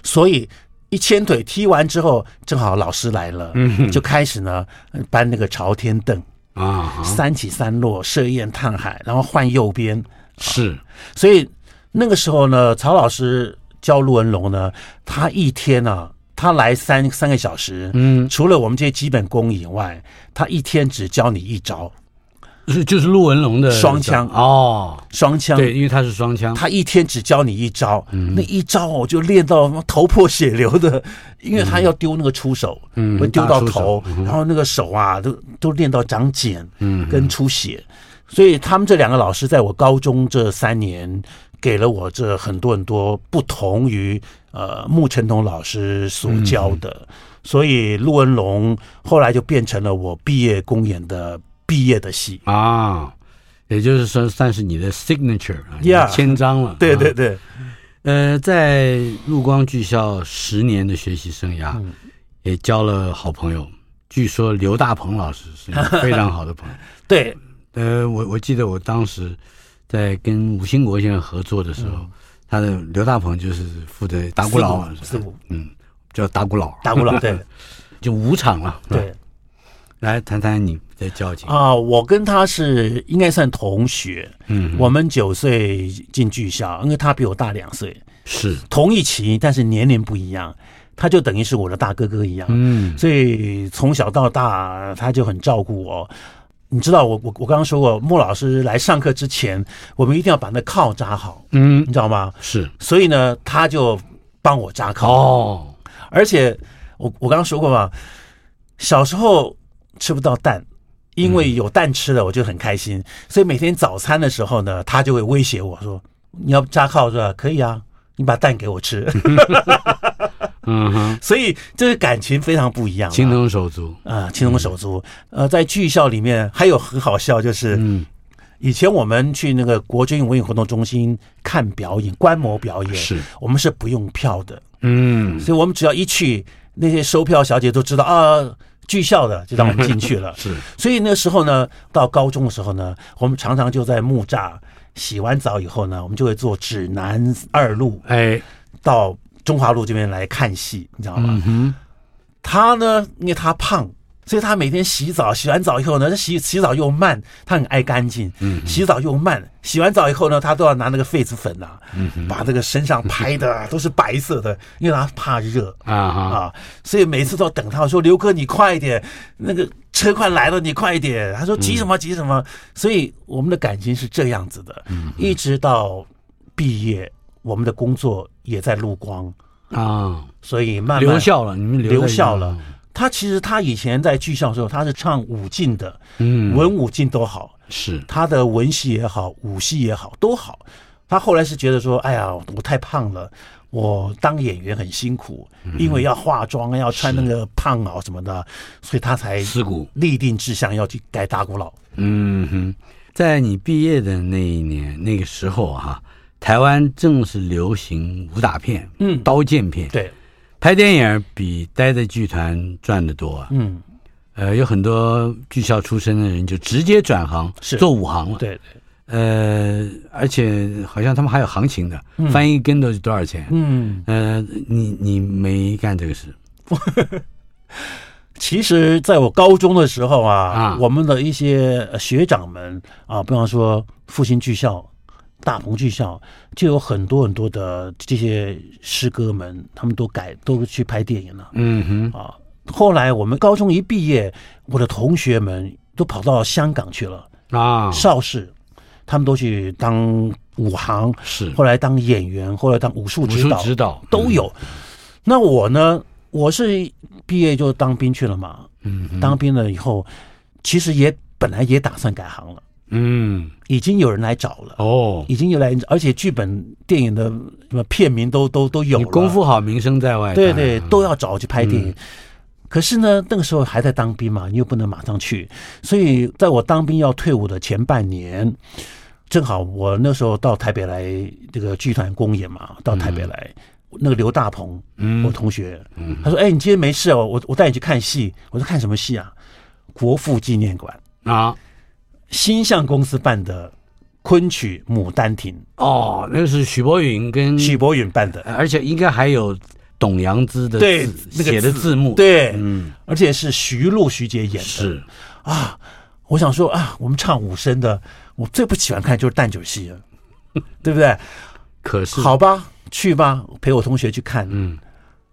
C: 所以一千腿踢完之后，正好老师来了，就开始呢搬那个朝天凳，
B: 啊哈，
C: 三起三落，设宴探海，然后换右边，
B: 是，
C: 所以那个时候呢，曹老师教陆文龙呢，他一天啊，他来三三个小时，
B: 嗯，
C: 除了我们这些基本功以外，他一天只教你一招
B: 是就是陆文龙的
C: 双枪
B: 哦，
C: 双枪，
B: 对，因为他是双枪，
C: 他一天只教你一招，
B: 嗯
C: 那一招我就练到头破血流的， 因为他要丢那个出手，
B: 嗯
C: 会丢到
B: 大出
C: 头
B: 手，
C: 然后那个手啊都都练到长茧，
B: 嗯
C: 跟出血。所以他们这两个老师在我高中这三年给了我这很多很多不同于呃穆成同老师所教的，
B: 嗯
C: 所以陆文龙后来就变成了我毕业公演的毕业的戏。
B: 啊，也就是说算是你的 signature 啊，你的
C: Yeah
B: 签章了。
C: 对
B: 啊
C: 对对，
B: 呃，在陆光剧校十年的学习生涯，也交了好朋友。据说刘大鹏老师是你 非常好的朋友。
C: 对，
B: 呃，我我记得我当时在跟吴兴国先生合作的时候，他的刘大鹏就是负责打鼓佬，
C: 四五
B: 嗯，叫打鼓佬，
C: 打鼓佬， 对
B: 就五场了。是吧
C: 对。
B: 来谈谈你的交情。
C: 啊，我跟他是应该算同学，嗯，我们九岁进剧校，因为他比我大两岁，
B: 是，
C: 同一期，但是年龄不一样，他就等于是我的大哥哥一样，
B: 嗯，
C: 所以从小到大他就很照顾我。你知道我我我刚刚说过，莫老师来上课之前，我们一定要把那靠扎好，
B: 嗯
C: 你，知道吗？
B: 是。
C: 所以呢，他就帮我扎靠。
B: 哦，
C: 而且我我刚刚说过嘛，小时候吃不到蛋，因为有蛋吃了我就很开心，所以每天早餐的时候呢，他就会威胁我说：“你要扎靠是吧？可以啊，你把蛋给 我吃。
B: 嗯哼，”
C: 所以这个感情非常不一样
B: 情
C: 啊。
B: 同手足。
C: 啊，青龙手足，呃，在剧校里面还有很好笑，就是
B: 嗯，
C: 以前我们去那个国军文艺活动中心看表演、观摩表演，
B: 是，
C: 我们是不用票的，
B: 嗯，。
C: 所以我们只要一去，那些收票小姐都知道啊，剧校的就让我们进去了
B: 是，
C: 所以那时候呢，到高中的时候呢，我们常常就在木栅洗完澡以后呢，我们就会坐指南二路
B: 哎，
C: 到中华路这边来看戏，你知道吗？
B: 嗯哼，
C: 他呢，因为他胖。所以他每天洗澡，洗完澡以后呢，洗洗澡又慢，他很爱干净，洗澡又慢，洗完澡以后呢，他都要拿那个痱子粉啊，把这个身上拍的啊都是白色的，因为他怕热，
B: 啊哈，
C: 啊，所以每次都要等他说刘哥你快一点，那个车快来了你快一点。他说急什
B: 嗯
C: 么急什么，所以我们的感情是这样子的，
B: 嗯
C: 一直到毕业，我们的工作也在陆光，
B: 啊，
C: 所以慢慢
B: 留校了，你们
C: 留
B: 在嗯
C: 校了。他其实他以前在剧校的时候，他是唱武进的，
B: 嗯，
C: 文武进都好，
B: 是，
C: 他的文戏也好，武戏也好都好。他后来是觉得说，哎呀，我太胖了，我当演员很辛苦，因为要化妆，要穿那个胖袄什么的，所以他才
B: 思古
C: 立定志向要去改打鼓佬。
B: 嗯哼，在你毕业的那一年，那个时候哈、台湾正是流行武打片，
C: 嗯
B: 刀剑片，，
C: 对，
B: 拍电影比待在剧团赚的多啊。
C: 嗯，
B: 呃，有很多剧校出身的人就直接转行
C: 是
B: 做武行了。
C: 对，
B: 呃，而且好像他们还有行情的，翻一跟头是多少钱？
C: 嗯，
B: 呃，你你没干这个事
C: 其实在我高中的时候啊，
B: 啊
C: 我们的一些呃学长们啊，比方说复兴剧校。大鹏剧校就有很多很多的这些师哥们，他们都改都去拍电影了。
B: 嗯哼，
C: 啊。后来我们高中一毕业，我的同学们都跑到香港去了，
B: 啊，
C: 邵氏，他们都去当武行，
B: 是
C: 后来当演员，后来当武术
B: 武
C: 指
B: 术
C: 导，
B: 指导嗯
C: 都有。那我呢，我是毕业就当兵去了嘛，
B: 嗯
C: 当兵了以后，其实也本来也打算改行了，
B: 嗯
C: 已经有人来找了。
B: 哦，
C: 已经有来，而且剧本、电影的什么片名都都都有
B: 你
C: 了。
B: 功夫好，名声在外，
C: 对
B: 哎当然嗯
C: 对，都要找去拍电影。可是呢，那个时候还在当兵嘛，你又不能马上去，所以在我当兵要退伍的前半年，正好我那时候到台北来这个剧团公演嘛，到台北
B: 嗯
C: 来，那个刘大鹏，我同学，他说：“哎，你今天没事哦，我我带你去看戏。”我说：“看什么戏啊？国父纪念馆，
B: 啊
C: 新象公司办的昆曲《牡丹亭
B: 哦，那是许博允跟》，
C: 许，博允办的，
B: 而且应该还有董阳之的
C: 对
B: 字
C: 那个
B: 写的
C: 字
B: 字幕，，
C: 对，
B: 嗯，
C: 而且是徐璐徐姐演的。”
B: 是
C: 啊，我想说啊，我们唱五声的，我最不喜欢看就是淡酒戏了， 对不对？
B: 可是
C: 好吧，去吧，陪我同学去看。
B: 嗯，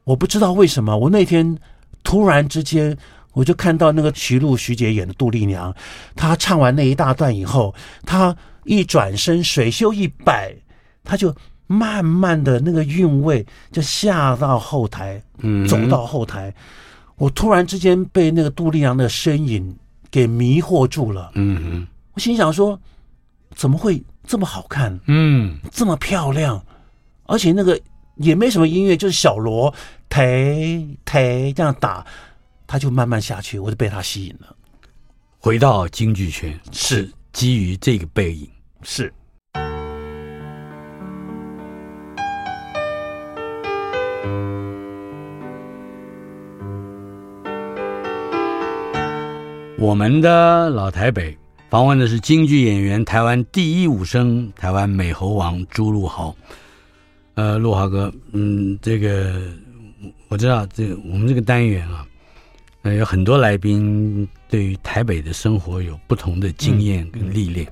C: 我不知道为什么，我那天突然之间。我就看到那个徐璐徐姐演的杜丽娘，她唱完那一大段以后，她一转身，水袖一摆，她就慢慢的那个韵味就下到后台，
B: 嗯
C: 走到后台，我突然之间被那个杜丽娘的身影给迷惑住了。
B: 嗯哼
C: 我心想说，怎么会这么好看，
B: 嗯，
C: 这么漂亮，而且那个也没什么音乐，就是小锣抬抬这样打，它就慢慢下去，我就被它吸引了。
B: 回到京剧圈
C: 是
B: 基于这个背影，
C: 是，
B: 我们的老台北访问的是京剧演员、台湾第一武生、台湾美猴王朱陆豪。呃，陆豪哥，嗯，这个我我知道，这个我们这个单元啊，呃，有很多来宾对于台北的生活有不同的经验跟历练，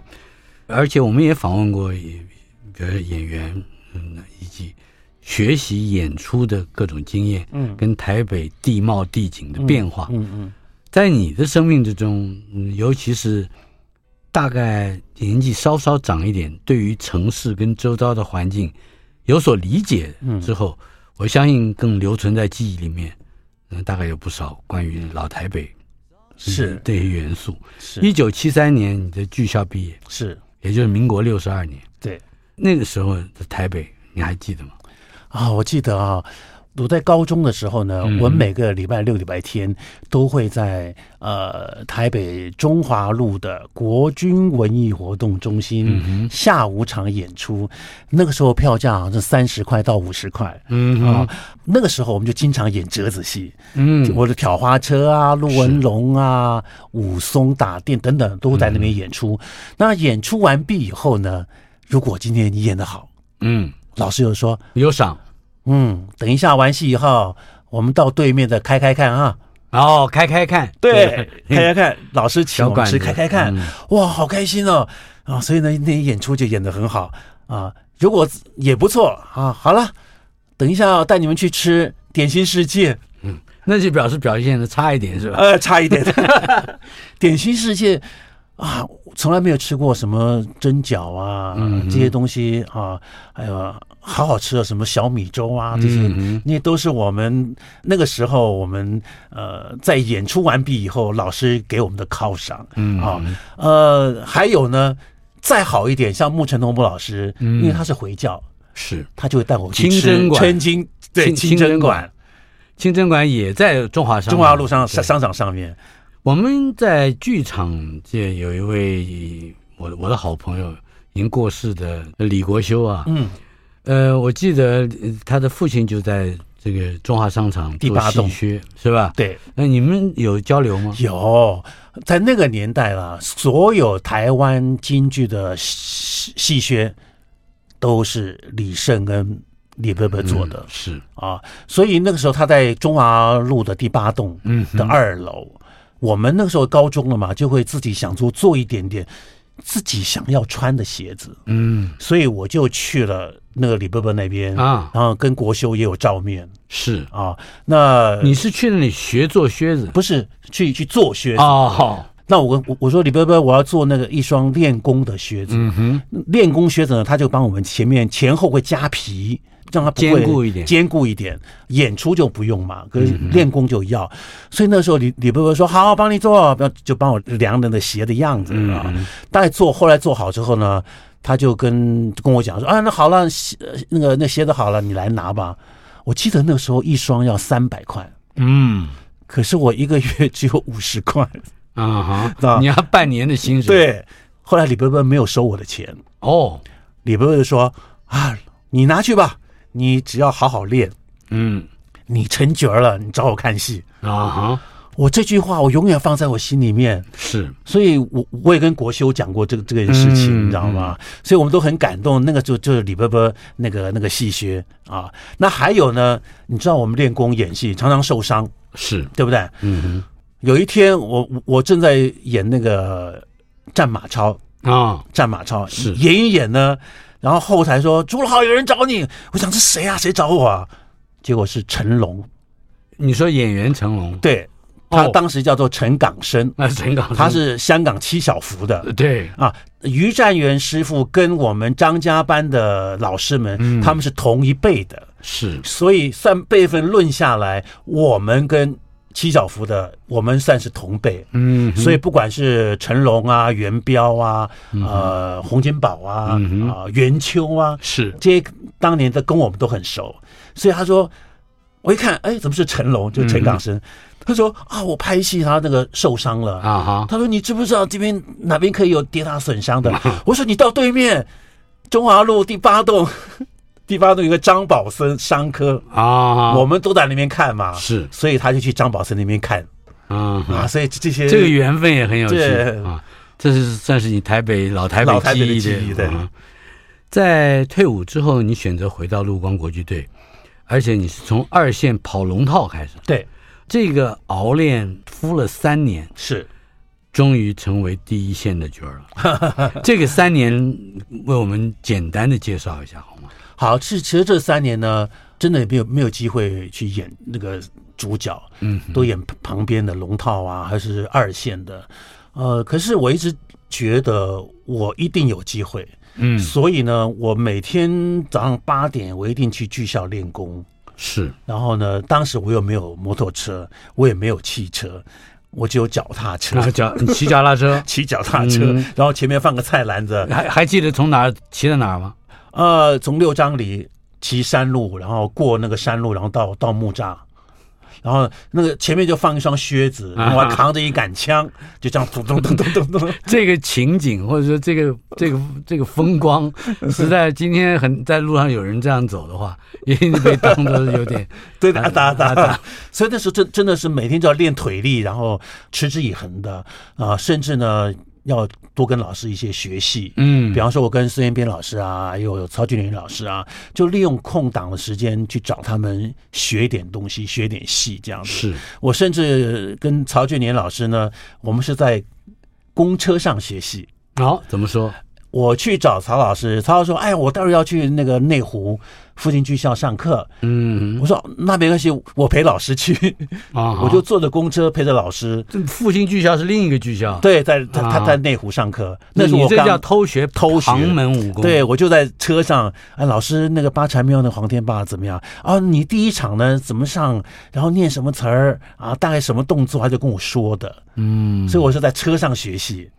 B: 而且我们也访问过也，比如演员，嗯，以及学习演出的各种经验，
C: 嗯
B: 跟台北地貌地景的变化，
C: 嗯嗯，
B: 在你的生命之中，嗯尤其是大概年纪稍稍长一点，对于城市跟周遭的环境有所理解之后，
C: 嗯
B: 我相信更留存在记忆里面，嗯，大概有不少关于老台北
C: 是
B: 这些元素。一
C: 是
B: 九七三年你的剧校毕业，
C: 是，
B: 也就是民国六十二年，
C: 对
B: 那个时候的台北你还记得吗？
C: 啊，我记得啊。我在高中的时候呢，
B: 嗯
C: 我每个礼拜六、礼拜天都会在呃台北中华路的国军文艺活动中心、
B: 嗯
C: 下午场演出。那个时候票价好像是三十块到五十块，
B: 嗯
C: 啊，那个时候我们就经常演折子戏，
B: 嗯
C: 我的挑花车啊、陆文龙啊、武松打店等等都在那
B: 嗯
C: 边演出。那演出完毕以后呢，如果今天你演得好，
B: 嗯，
C: 老师又说，
B: 有赏，
C: 嗯，等一下完戏以后，我们到对面的开开看啊。
B: 然后哦开开看，
C: 对，开开看， 老师请
B: 小
C: 我们
B: 馆
C: 吃
B: 子
C: 开开看
B: 嗯，
C: 哇，好开心哦啊！所以呢，那演出就演得很好啊，如果也不错啊。好了，等一下带你们去吃点心世界。
B: 那就表示表现的差一点是吧？
C: 呃，差一点。 点心世界啊，从来没有吃过什么蒸饺啊，这些东西啊，还有好好吃的什么小米粥啊，这些、
B: 嗯
C: 那都是我们那个时候我们呃在演出完毕以后，老师给我们的犒赏。
B: 嗯
C: 啊，呃，还有呢，再好一点，像穆成东穆老师，因为他是回教，
B: 是
C: 他就会带我去
B: 清真
C: 吃
B: 馆
C: 春经，对，
B: 清
C: 清
B: 清
C: 真
B: 真
C: 馆
B: 馆，清真馆也在中华商
C: 中华路上
B: 对
C: 商商场上面。
B: 我们在剧场界有一位我我的好朋友，已经过世的李国修啊，
C: 嗯，
B: 呃，我记得呃他的父亲就在这个中华商场
C: 第
B: 做
C: 八栋
B: 戏靴是吧？
C: 对。
B: 那你们有交流吗？
C: 有，在那个年代啦，所有台湾京剧的戏戏谑都是李胜跟李伯伯做的
B: 嗯、是，
C: 啊，所以那个时候他在中华路的第八栋
B: 嗯
C: 的二楼，我们那个时候高中了嘛，就会自己想说做一点点自己想要穿的鞋子，
B: 嗯
C: 所以我就去了那个李伯伯那边，
B: 啊
C: 然后跟国修也有照面
B: 是，
C: 啊，那
B: 你是去那里学做靴子
C: 不是去去做靴子
B: 哦，
C: 那我跟我我说李伯伯，我要做那个一双练功的靴子。
B: 嗯哼，
C: 练功靴子呢，他就帮我们前面前后会加皮，让它不会
B: 坚固一点嗯
C: 坚固一点。演出就不用嘛，可是练功就要。所以那时候李李伯伯说：“好，帮你做，不要就帮我量那个鞋的样
B: 嗯
C: 子啊。大概做后来做好之后呢，他就跟跟我讲说：“啊，那好了，鞋呃那个那鞋子好了，你来拿吧。”我记得那时候一双要三百块，
B: 嗯
C: 可是我一个月只有五十块。
B: 啊
C: 那
B: 哈，你要半年的薪水，
C: 对，后来李伯伯没有收我的钱，
B: 哦，
C: 李伯伯就说啊，你拿去吧，你只要好好练，
B: 嗯
C: 你成角儿了，你找我看戏。
B: 啊哈，
C: 我这句话我永远放在我心里面，
B: 是
C: 所以我我也跟国修讲过这个这个事情，
B: 嗯
C: 你知道吗？所以我们都很感动。那个就就是李伯伯那个那个戏靴啊，那还有呢，你知道我们练功演戏常常受伤，
B: 是，
C: 对不对？
B: 嗯
C: 有一天我我我正在演那个战马超，
B: 哼啊，
C: 战马超
B: 是
C: 演一演呢，然后后台说朱老好有人找你，我想是谁啊？谁找我啊？结果是成龙，
B: 你说演员成龙，
C: 对他
B: 哦嗯
C: 当时叫做陈港生，
B: 那陈港生
C: 他是香港七小福
B: 呃
C: 的。
B: 对，
C: 啊，于占元师傅跟我们张家班的老师们，
B: 嗯
C: 他们是同一辈的，
B: 是
C: 所以算辈分论下来，我们跟七小福的，我们算是同辈，
B: 嗯
C: 所以不管是成龙啊、元彪啊、呃洪金宝啊、啊、
B: 嗯嗯哼
C: 元秋啊，
B: 是
C: 这些当年的跟我们都很熟，所以他说，我一看，哎，怎么是成龙？就陈港生，他说啊，我拍戏他那个受伤了
B: 嗯啊哈，
C: 他说：“你知不知道这边哪边可以有跌打损伤的？”
B: 嗯
C: 我说：“你到对面中华路第八栋， 第八栋有个张宝森商科，
B: 啊，
C: 我们都在那边看嘛。”
B: 是
C: 所以他就去张宝森那边看
B: 嗯
C: 啊。所以这这些
B: 这个缘分也很有趣
C: 对
B: 啊，这是算是你台北老台
C: 老台北的
B: 记忆
C: 记忆对
B: 啊在退伍之后，你选择回到陆光国际队，而且你是从二线跑龙套开始，
C: 对
B: 这个熬练敷了三年，
C: 是
B: 终于成为第一线的角儿 了。这个三年为我们简单的介绍一下好吗？
C: 好。是其实这三年呢，真的也没有没有机会去演那个主角，
B: 嗯，
C: 都演旁边的龙套啊，还是二线的。呃，可是我一直觉得我一定有机会。
B: 嗯，
C: 所以呢，我每天早上八点我一定去剧校练功。
B: 是
C: 然后呢，当时我又没有摩托车，我也没有汽车，我只有脚踏车
B: 然，后脚骑脚踏车，
C: 骑脚踏车，
B: 嗯
C: 然后前面放个菜篮子，
B: 还还记得从哪儿骑到哪儿吗？
C: 呃，从六张里骑山路，然后过那个山路，然后到到木栅。然后那个前面就放一双靴子，然后我还扛着一杆枪，就这样咚咚咚咚咚咚。
B: 这个情景或者说这个这个这个风光，实在今天很在路上有人这样走的话，一定被当做有点
C: 对的，打打
B: 打
C: 打。所以那时候真真的是每天就要练腿力，然后持之以恒的啊、甚至呢要多跟老师一些学习。
B: 嗯
C: 比方说，我跟孙彦斌老师啊，还有曹俊麟老师啊，就利用空档的时间去找他们学一点东西，学一点戏这样 子。
B: 是
C: 我甚至跟曹俊麟老师呢，我们是在公车上学戏。
B: 好、怎么说？
C: 我去找曹老师，曹老师说：“哎，我待会儿要去那个内湖附近剧校上课。”
B: 嗯
C: 我说：“那没关系，我陪老师去。”
B: 啊，
C: 我就坐着公车陪着老师，
B: 这复兴剧校是另一个剧校，，
C: 对，在他
B: 啊
C: 他在内湖上课，
B: 那
C: 那是
B: 你
C: 我
B: 这叫
C: 刚。
B: 偷学
C: 偷学
B: 旁门武功，
C: 对，我就在车上，啊，老师，那个八禅庙的黄天霸怎么样？啊，你第一场呢怎么上？然后念什么词儿啊？大概什么动作？他就跟我说的，
B: 嗯，
C: 所以我是在车上学习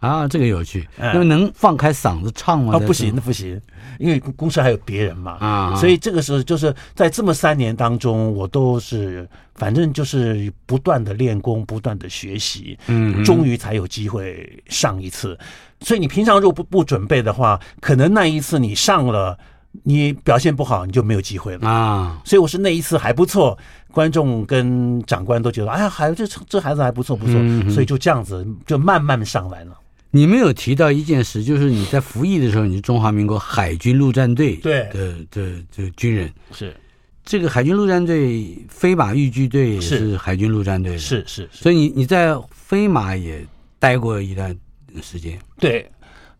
B: 啊，这个有趣。
C: 嗯
B: 那么能放开嗓子唱吗？
C: 啊，
B: 在
C: 不
B: 哦这
C: 行，那不行，因为公车还有别人嘛，
B: 啊，
C: 所以这个时候就是在这么三年当中，我都是反正就是不断的练功，不断的学习，
B: 嗯，
C: 终于才有机会上一次。所以你平常如果不不准备的话，可能那一次你上了，你表现不好，你就没有机会了。
B: 啊，
C: 所以我是那一次还不错，观众跟长官都觉得，哎呀，孩这这孩子还不错，不错，
B: 嗯
C: 所以就这样子就慢慢上来了。
B: 你没有提到一件事，就是你在服役的时候，你是中华民国海军陆战队
C: 对
B: 的的的军人。
C: 是
B: 这个海军陆战队飞马豫剧队也
C: 是
B: 是海军陆战队的，，
C: 是是是，
B: 所以你你在飞马也待过一段时间，
C: 对，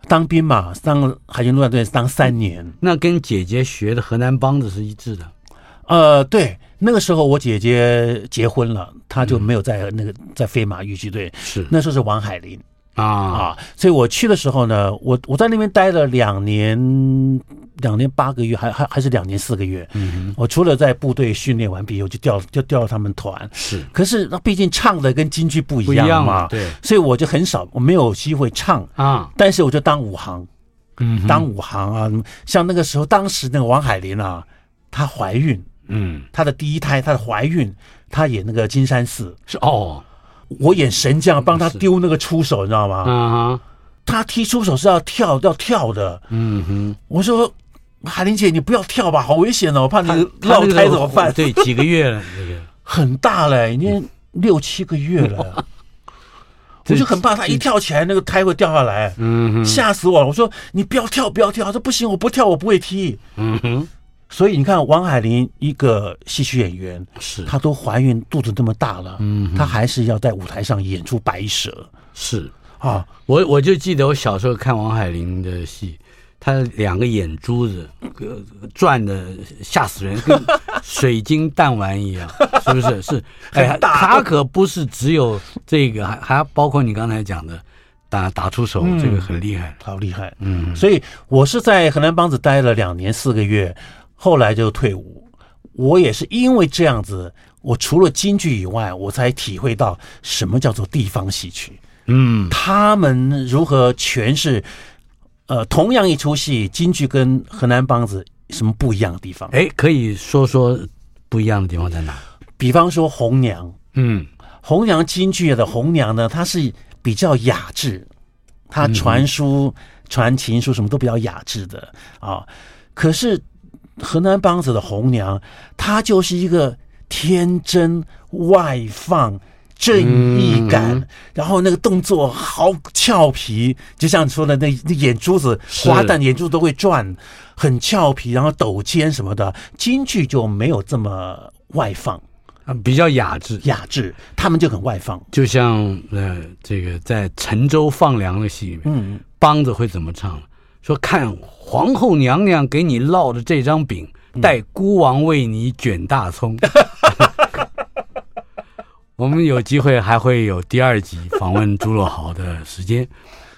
C: 当兵嘛，当海军陆战队当三年，
B: 那跟姐姐学的河南梆子是一致的。
C: 呃，对，那个时候我姐姐结婚了，她就没有在那个在飞马豫剧队，
B: 是
C: 那时候是王海林。
B: 啊，
C: 啊，所以我去的时候呢，我我在那边待了两年，两年八个月，还还还是两年四个月。
B: 嗯
C: 我除了在部队训练完毕，我就调就调到他们团
B: 哼，。是
C: 可是那毕竟唱的跟京剧不一
B: 不一
C: 样
B: 样
C: 嘛，
B: 对
C: 所以我就很少，我没有机会唱，
B: 啊，
C: 但是我就当武行，
B: 嗯哼
C: 当武行啊，像那个时候，当时那个王海林啊，她怀孕，
B: 嗯
C: 她的第一胎，她的怀孕，她演那个金山寺，
B: 是哦
C: 我演神将，帮她
B: 是
C: 丢那个出手，你知道吗？
B: 啊哈
C: 他踢出手是要跳要跳的。
B: 嗯哼。
C: 我说海玲姐，你不要跳吧，好危险哦，我怕你
B: 他那
C: 落
B: 个
C: 胎怎么办？
B: 对，几个月了，那个
C: 很大嘞，已
B: 嗯
C: 经六七个月 了，我就很怕他一跳起来那个胎会掉下来，
B: 嗯哼
C: 吓死我了。我说你不要跳，不要跳。他说不行，我不跳，我不会踢。
B: 嗯哼，
C: 所以你看，王海玲一个戏曲演员，
B: 是
C: 她都怀孕肚子那么大了，
B: 嗯
C: 她还是要在舞台上演出白蛇
B: 是
C: 啊。
B: 我我就记得我小时候看王海玲的戏，她两个眼珠子呃转的吓死人， 跟水晶弹丸一样，是不是？是哎呀，
C: 很大
B: 她可不是只有这个，还还包括你刚才讲的打打出手，
C: 嗯
B: 这个很厉害。
C: 好厉害。
B: 嗯
C: 所以我是在荷兰梆子待了两年四个月，后来就退伍。我也是因为这样子，我除了京剧以外，我才体会到什么叫做地方戏曲，
B: 嗯，
C: 他们如何诠释。呃，同样一出戏，京剧跟河南梆子有什么不一样的地方？
B: 哎，可以说说不一样的地方在哪？
C: 比方说《红娘》，
B: 嗯
C: 红娘京剧的红娘呢，她是比较雅致，她传书、传情书什么都比较雅致的啊。可是河南梆子的红娘，她就是一个天真外放。正义感，然后那个动作好俏皮，就像你说的那那眼珠子
B: 是
C: 花旦眼珠子都会转，很俏皮，然后抖肩什么的。京剧就没有这么外放
B: 啊比较雅致，
C: 雅致，他们就很外放。
B: 就像呃，这个在陈州放粮的戏里面，
C: 嗯，
B: 梆子会怎么唱？说看皇后娘娘给你烙的这张饼，待孤王为你卷大葱。 我们有机会还会有第二集访问朱若豪的时间，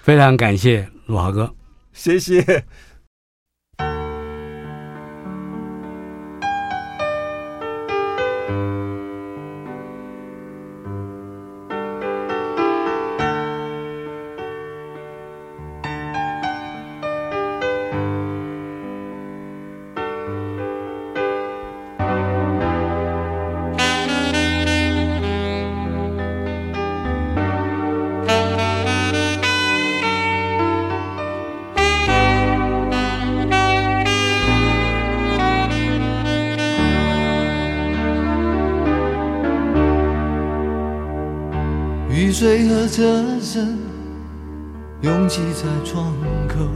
B: 非常感谢若豪哥。
C: 谢谢。
A: 雨水和车声拥挤在窗口，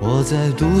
A: 我在都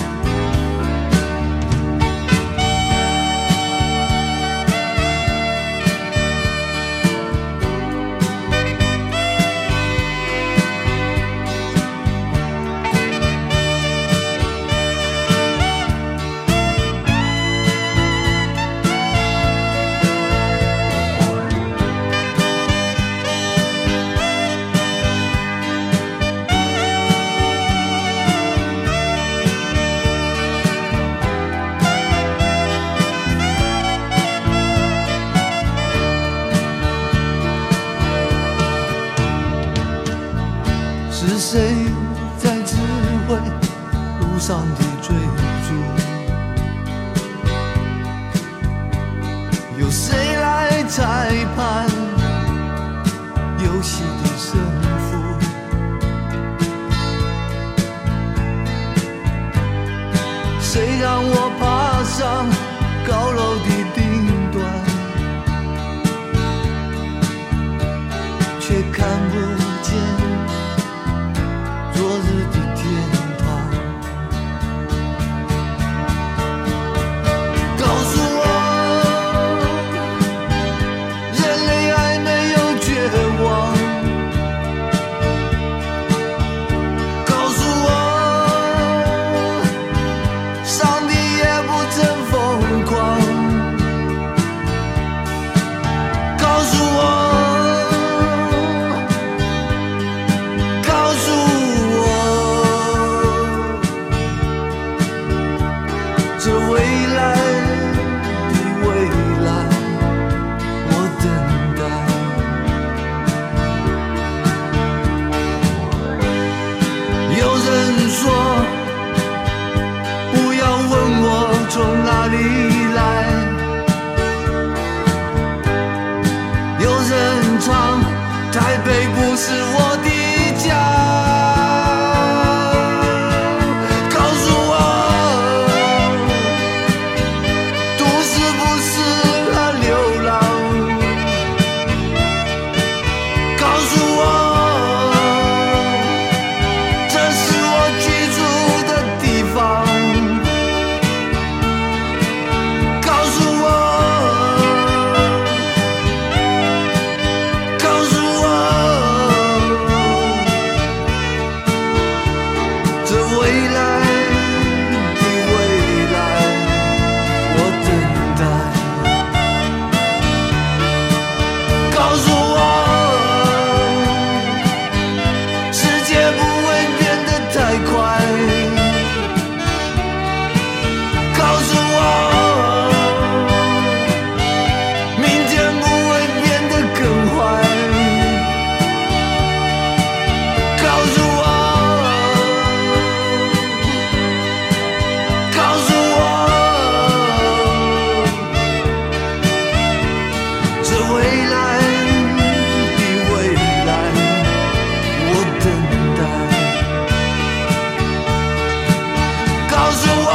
A: 是谁在指挥路上的追逐？由谁来裁判游戏的胜负？谁让我爬上高楼的顶端？却看不见昨日的天堂。告诉我，人类爱诉我。